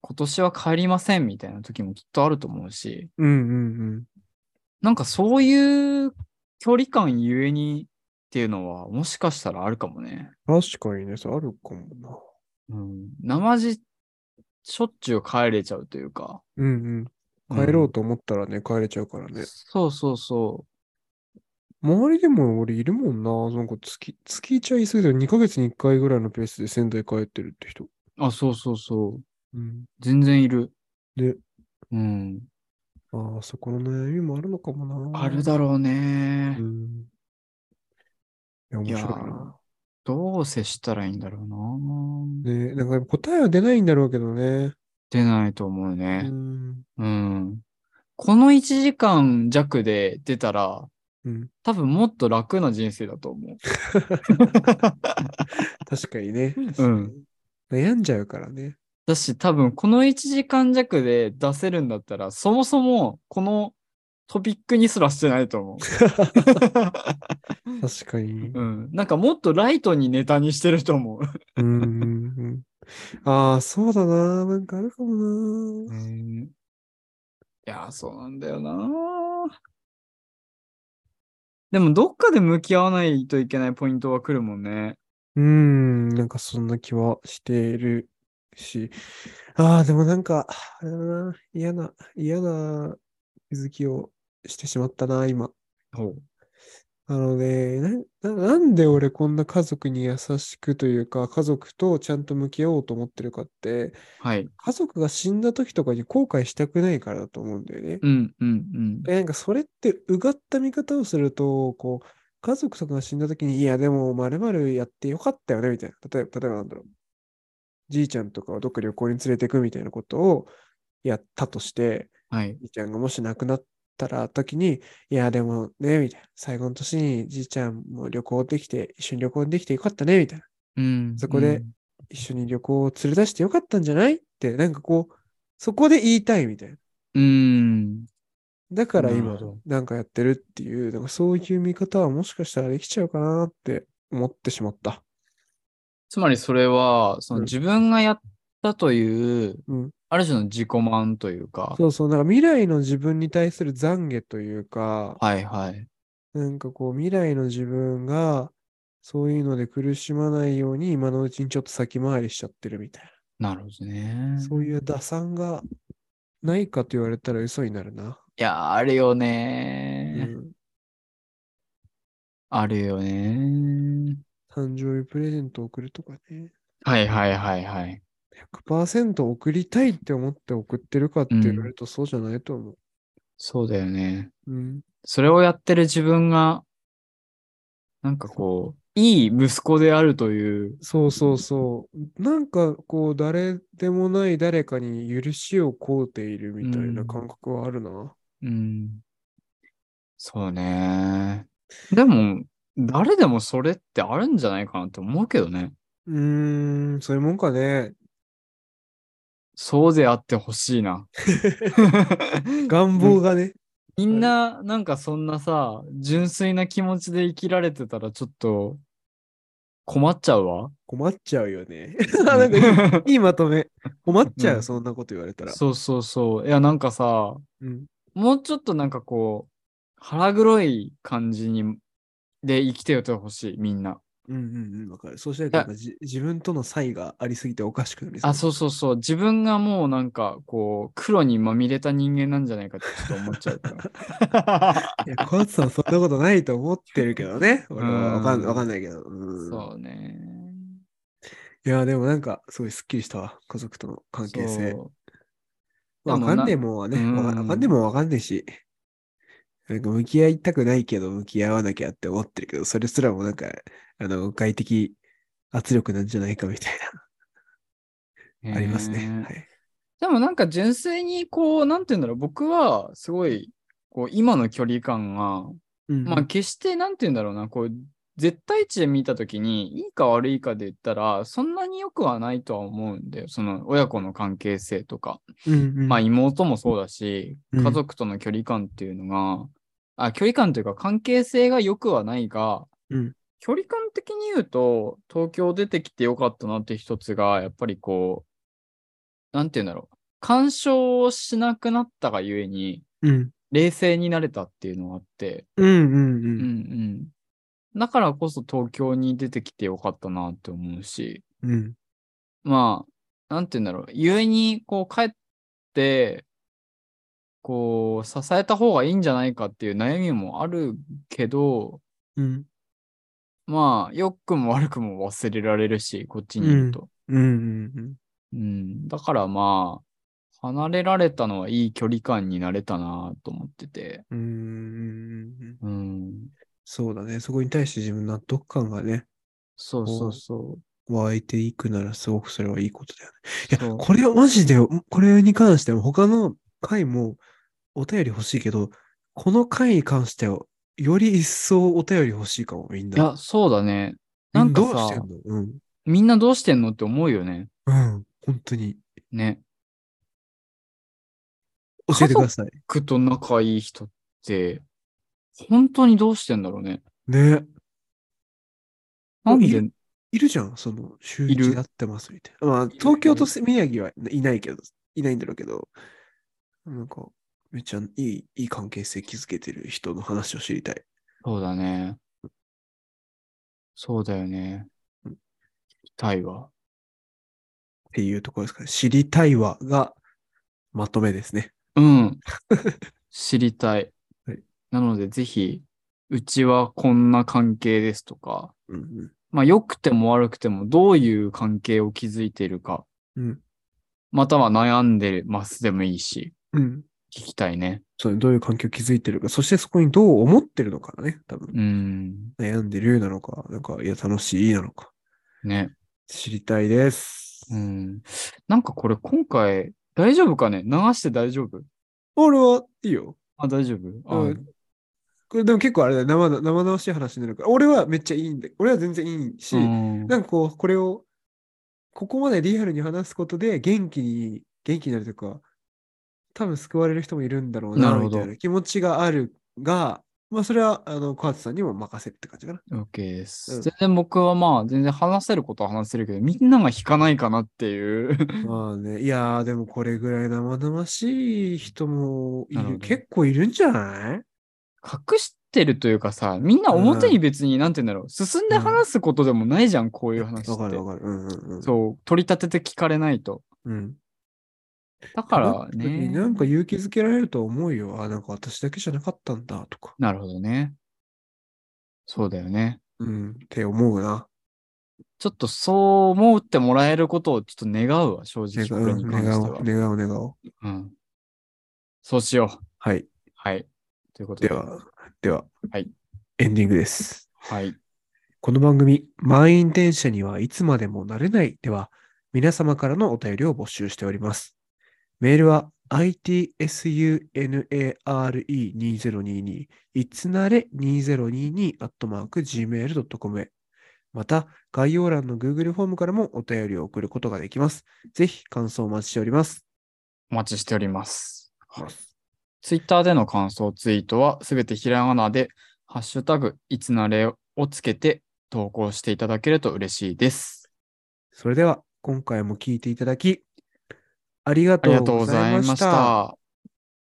S1: 今年は帰りませんみたいな時もきっとあると思うし、
S2: うんうん
S1: なんかそういう距離感ゆえにっていうのはもしかしたらあるかもね。
S2: うん。確かにね、そうあるかもな。
S1: うん。生地、しょっちゅう帰れちゃうというか。
S2: うんうん。
S1: ん
S2: 帰ろうと思ったらね、帰れちゃうからね。
S1: そうそうそ
S2: 周りでも俺いるもんな。なんか月、月一は言い過ぎたけど、2ヶ月に1回ぐらいのペースで仙台帰ってるって人。
S1: う。あ、そうそうそう。
S2: うん。
S1: 全然いる。
S2: で、
S1: うん。
S2: ああ、そこの悩みもあるのかもな。
S1: あるだろうね
S2: う。ん。いや、
S1: い
S2: 面
S1: や
S2: 白い
S1: ー
S2: な。、
S1: どう接したらいいんだろうな。
S2: ね、なんかやっぱ答えは出ないんだろうけどね。
S1: 出ないと思う
S2: う
S1: ね。
S2: ん。
S1: うん。この1時間弱で出たら、
S2: うん。
S1: 多分もっと楽な人生だと思う。
S2: 確かにね。
S1: うん。
S2: 悩んじゃうからね。
S1: だし、多分この1時間弱で出せるんだったら、そもそもこのトピックにすらしてないと思う。
S2: 確かに。
S1: *laughs* うん、なんかもっとライトにネタにしてると思う。
S2: うんうんうん。ああ、そうだな。なんかあるかもな。
S1: いやー、そうなんだよなー。でも、どっかで向き合わないといけないポイントは来るもんね。
S2: うん、なんかそんな気はしているし。ああ、でもなんか、あれだな。嫌な、嫌な気づきをしてしまったな、今。
S1: ほう。
S2: あのね、な、ななんで俺こんな家族に優しくというか、家族とちゃんと向き合おうと思ってるかって、
S1: はい。
S2: 家族が死んだ時とかに後悔したくないからだと思うんだよね。
S1: うん、うん、うん。
S2: でなんかそれってうがった見方をすると、こう、家族とかが死んだ時に、いや、でも、まるまるやってよかったよね、みたいな。例えば、例えばなんだろう。じいちゃんとかをどっか旅行に連れてくみたいなことをやったとして、
S1: はい。
S2: じいちゃんがもし亡くなったら時に、いや、でもね、みたいな。最後の年にじいちゃんも旅行できて、一緒に旅行できてよかったね、みたいな。
S1: うん。
S2: そこで
S1: うん
S2: 一緒に旅行を連れ出してよかったんじゃないって、なんかこう、そこで言いたいみたいな。
S1: うん。
S2: だから
S1: なる
S2: 今
S1: ほど、
S2: なんかやってるっていう、なんかそういう見方はもしかしたらできちゃうかなって思ってしまった。
S1: つまり、それは、そ
S2: うん
S1: の自分がやったという、
S2: うん
S1: ある種の自己満というか、
S2: そうそう、なんか未来の自分に対する懺悔というか、
S1: はい、はい。
S2: なんかこう未来の自分がそういうので苦しまないように今のうちにちょっと先回りしちゃってるみたい
S1: なるほどね
S2: な。。そういう打算がないかと言われたら嘘になるな。
S1: いやー、あるよ
S2: う
S1: ねー。
S2: ん、
S1: あるよねー。
S2: 誕生日プレゼント送るとかね。
S1: はい、はい、はい、はい。
S2: 100%送りたいって思って送ってるかって言われるとそうじゃないと思う。
S1: そうだよね。
S2: うん。
S1: それをやってる自分が、なんかこう、いい息子であるという、
S2: そうそうそう。なんかこう、誰でもない誰かに許しを請うているみたいな感覚はあるな。
S1: うん。そうね。でも、誰でもそれってあるんじゃないかなって思うけどね。
S2: うーん、そういうもんかね。
S1: そうであってほしいな。
S2: 願望がね。
S1: みんな、なんかそんなさ、純粋な気持ちで生きられてたらちょっと困っちゃうわ。
S2: 困っちゃうよね。 *laughs* なんかいい
S1: *laughs*
S2: いいまとめ。困っちゃ
S1: う
S2: うよ、
S1: ん
S2: そんなこと言われたら。
S1: そうそうそう。いや、なんかさ、
S2: うん。
S1: もうちょっとなんかこう、腹黒い感じに、で生きててほしい、みんな。
S2: うんうんうん、わかる。そうしないとなんかじ自分との差異がありすぎておかしくなり。
S1: あ、そううそうそう。自分がもうなんか、こう、黒にまみれた人間なんじゃないかってちょっと思っちゃうから。
S2: いや、コーツさんそんなことないと思ってるけ
S1: *laughs*
S2: どね。俺はわかん
S1: うん
S2: わかんないけど。 *laughs* うん
S1: そうね。
S2: いや、でもなんか、すごいスッキリしたわ。家族との関係性。
S1: そう
S2: ま
S1: で
S2: あ
S1: も
S2: わ
S1: な
S2: かんねえもんはね、
S1: うん
S2: わかわかんねえもんはわかんねえし。なんか向き合いたくないけど、向き合わなきゃって思ってるけど、それすらもなんか、あの、外的圧力なんじゃないかみたい
S1: ね
S2: な、ありますね。はい。
S1: でもなんか純粋にこう、なんて言うんだろう。僕は、すごい、こう、今の距離感が、
S2: うん
S1: まあ決してなんて言うんだろうな、こう、絶対値で見たときに、いいか悪いかで言ったら、そんなに良くはないとは思うんだよ。その親子の関係性とか。
S2: うんうん
S1: まあ妹もそうだし、
S2: うん
S1: 家族との距離感っていうのが、あ、距離感というか関係性が良くはないが、
S2: うん
S1: 距離感的に言うと、東京出てきて良かったなって一つが、やっぱりこう、なんて言うんだろう。干渉をしなくなったがゆえに、
S2: うん
S1: 冷静になれたっていうのがあって、
S2: うんうんう
S1: うん
S2: ん
S1: うん。だからこそ東京に出てきてよかったなって思うし、
S2: うん
S1: まあ、なんて言うんだろう。故に、こう、帰って、こう、支えた方がいいんじゃないかっていう悩みもあるけど、
S2: うん
S1: まあ、良くも悪くも忘れられるし、こっちにいると。
S2: うんうん
S1: うん。だからまあ、離れられたのはいい距離感になれたなと思ってて。
S2: うんうんうん
S1: うん。
S2: そうだね。そこに対して自分の納得感がね、
S1: そうそうそう。
S2: 湧いていくならすごくそれはいいことだよね。い
S1: そ
S2: や、
S1: う
S2: これはマジで、んこれに関しては他の回もお便り欲しいけど、この回に関してはより一層お便り欲しいかも、みん
S1: い
S2: な。
S1: や、そうだね。
S2: み
S1: なんんか
S2: どうして
S1: さ
S2: ん、のうん。
S1: みんなどうしてんのって思うよね。
S2: うん、本当に。
S1: ね。
S2: 教えてください。
S1: くと仲いい人って、本当にどうしてんだろうね。
S2: ね。
S1: なん
S2: い
S1: で
S2: るいるじゃん、その、週
S1: いる
S2: 一やってますみたいな。まあ、東京と宮城はいないけど、いないんだろうけど、なんか、めっちゃいい、いい関係性築けてる人の話を知りたい。
S1: そうだね。そうだよね。
S2: うん
S1: 行きたいわ。
S2: っていうところですかね。知りたいわが、まとめですね。 *laughs*
S1: うん。知りたい。
S2: はい
S1: なので、ぜひ、うちはこんな関係ですとか、
S2: うんうん。
S1: まあ、良くても悪くても、どういう関係を築いているか、
S2: うん。
S1: または悩んでますでもいいし、
S2: うん。
S1: 聞きたいね。
S2: そう、どういう環境を築いてるか、そしてそこにどう思ってるのかね、多分。
S1: うん。
S2: 悩んでるなのか、なんか、いや、楽しいなのか。
S1: ね。
S2: 知りたいです。
S1: うん。なんかこれ、今回、大丈夫かね流して大丈夫
S2: 俺はいいよ。
S1: あ、大丈夫あ、
S2: うんこれでも結構あれだよ生な生々しい話になるから、俺はめっちゃいいんで、俺は全然いいし、
S1: うん
S2: なんかこう、これを、ここまでリアルに話すことで元気に、元気になるというか、多分救われる人もいるんだろう
S1: な
S2: な、
S1: るほ
S2: み
S1: ど
S2: たいな気持ちがあるが、まあそれは、あの、河津さんにも任せるって感じかな。
S1: OK です。
S2: うん
S1: 全然僕はまあ、全然話せることは話せるけど、みんなが引かないかなっていう。 *laughs*
S2: まあね、いやーでもこれぐらい生々しい人もい
S1: なるほど
S2: る、結構いるんじゃない
S1: 隠してるというかさ、みんな表に別に、なんて言うんだろう、進んで話すことでもないじゃん、こういう話
S2: わか
S1: っ
S2: る
S1: て。
S2: わかる。うんうんうん。
S1: そう、取り立てて聞かれないと。
S2: うん。
S1: だから
S2: なった時
S1: ね
S2: に。なんか勇気づけられると思うよ。あ、なんか私だけじゃなかったんだとか。
S1: なるほどね。そうだよね。
S2: うん。って思うな。
S1: ちょっとそう思ってもらえることをちょっと願うわ、正直
S2: 願
S1: これに
S2: う、
S1: 関
S2: 願
S1: しては
S2: う、。願う、願う。
S1: うん。そうしよう。
S2: はい。
S1: はい。ということで。
S2: では、では、
S1: はい
S2: エンディングです。
S1: はい。
S2: この番組、満員電車にはいつまでもなれないでは、皆様からのお便りを募集しております。メールは、itsunare2022、いつなれ2022、アットマーク、gmail.com へ。また、概要欄の Google フォームからもお便りを送ることができます。ぜひ、感想をお待ちしております。
S1: お待ちしております。
S2: はい
S1: ツイッターでの感想ツイートはすべてひらがなで、ハッシュタグ、いつなれをつけて投稿していただけると嬉しいです。
S2: それでは、今回も聞いていただき、ありが
S1: あ
S2: と
S1: り
S2: う
S1: がとう
S2: ご
S1: ご
S2: ざ
S1: ざ
S2: い
S1: い
S2: ま
S1: ま
S2: し。
S1: したた。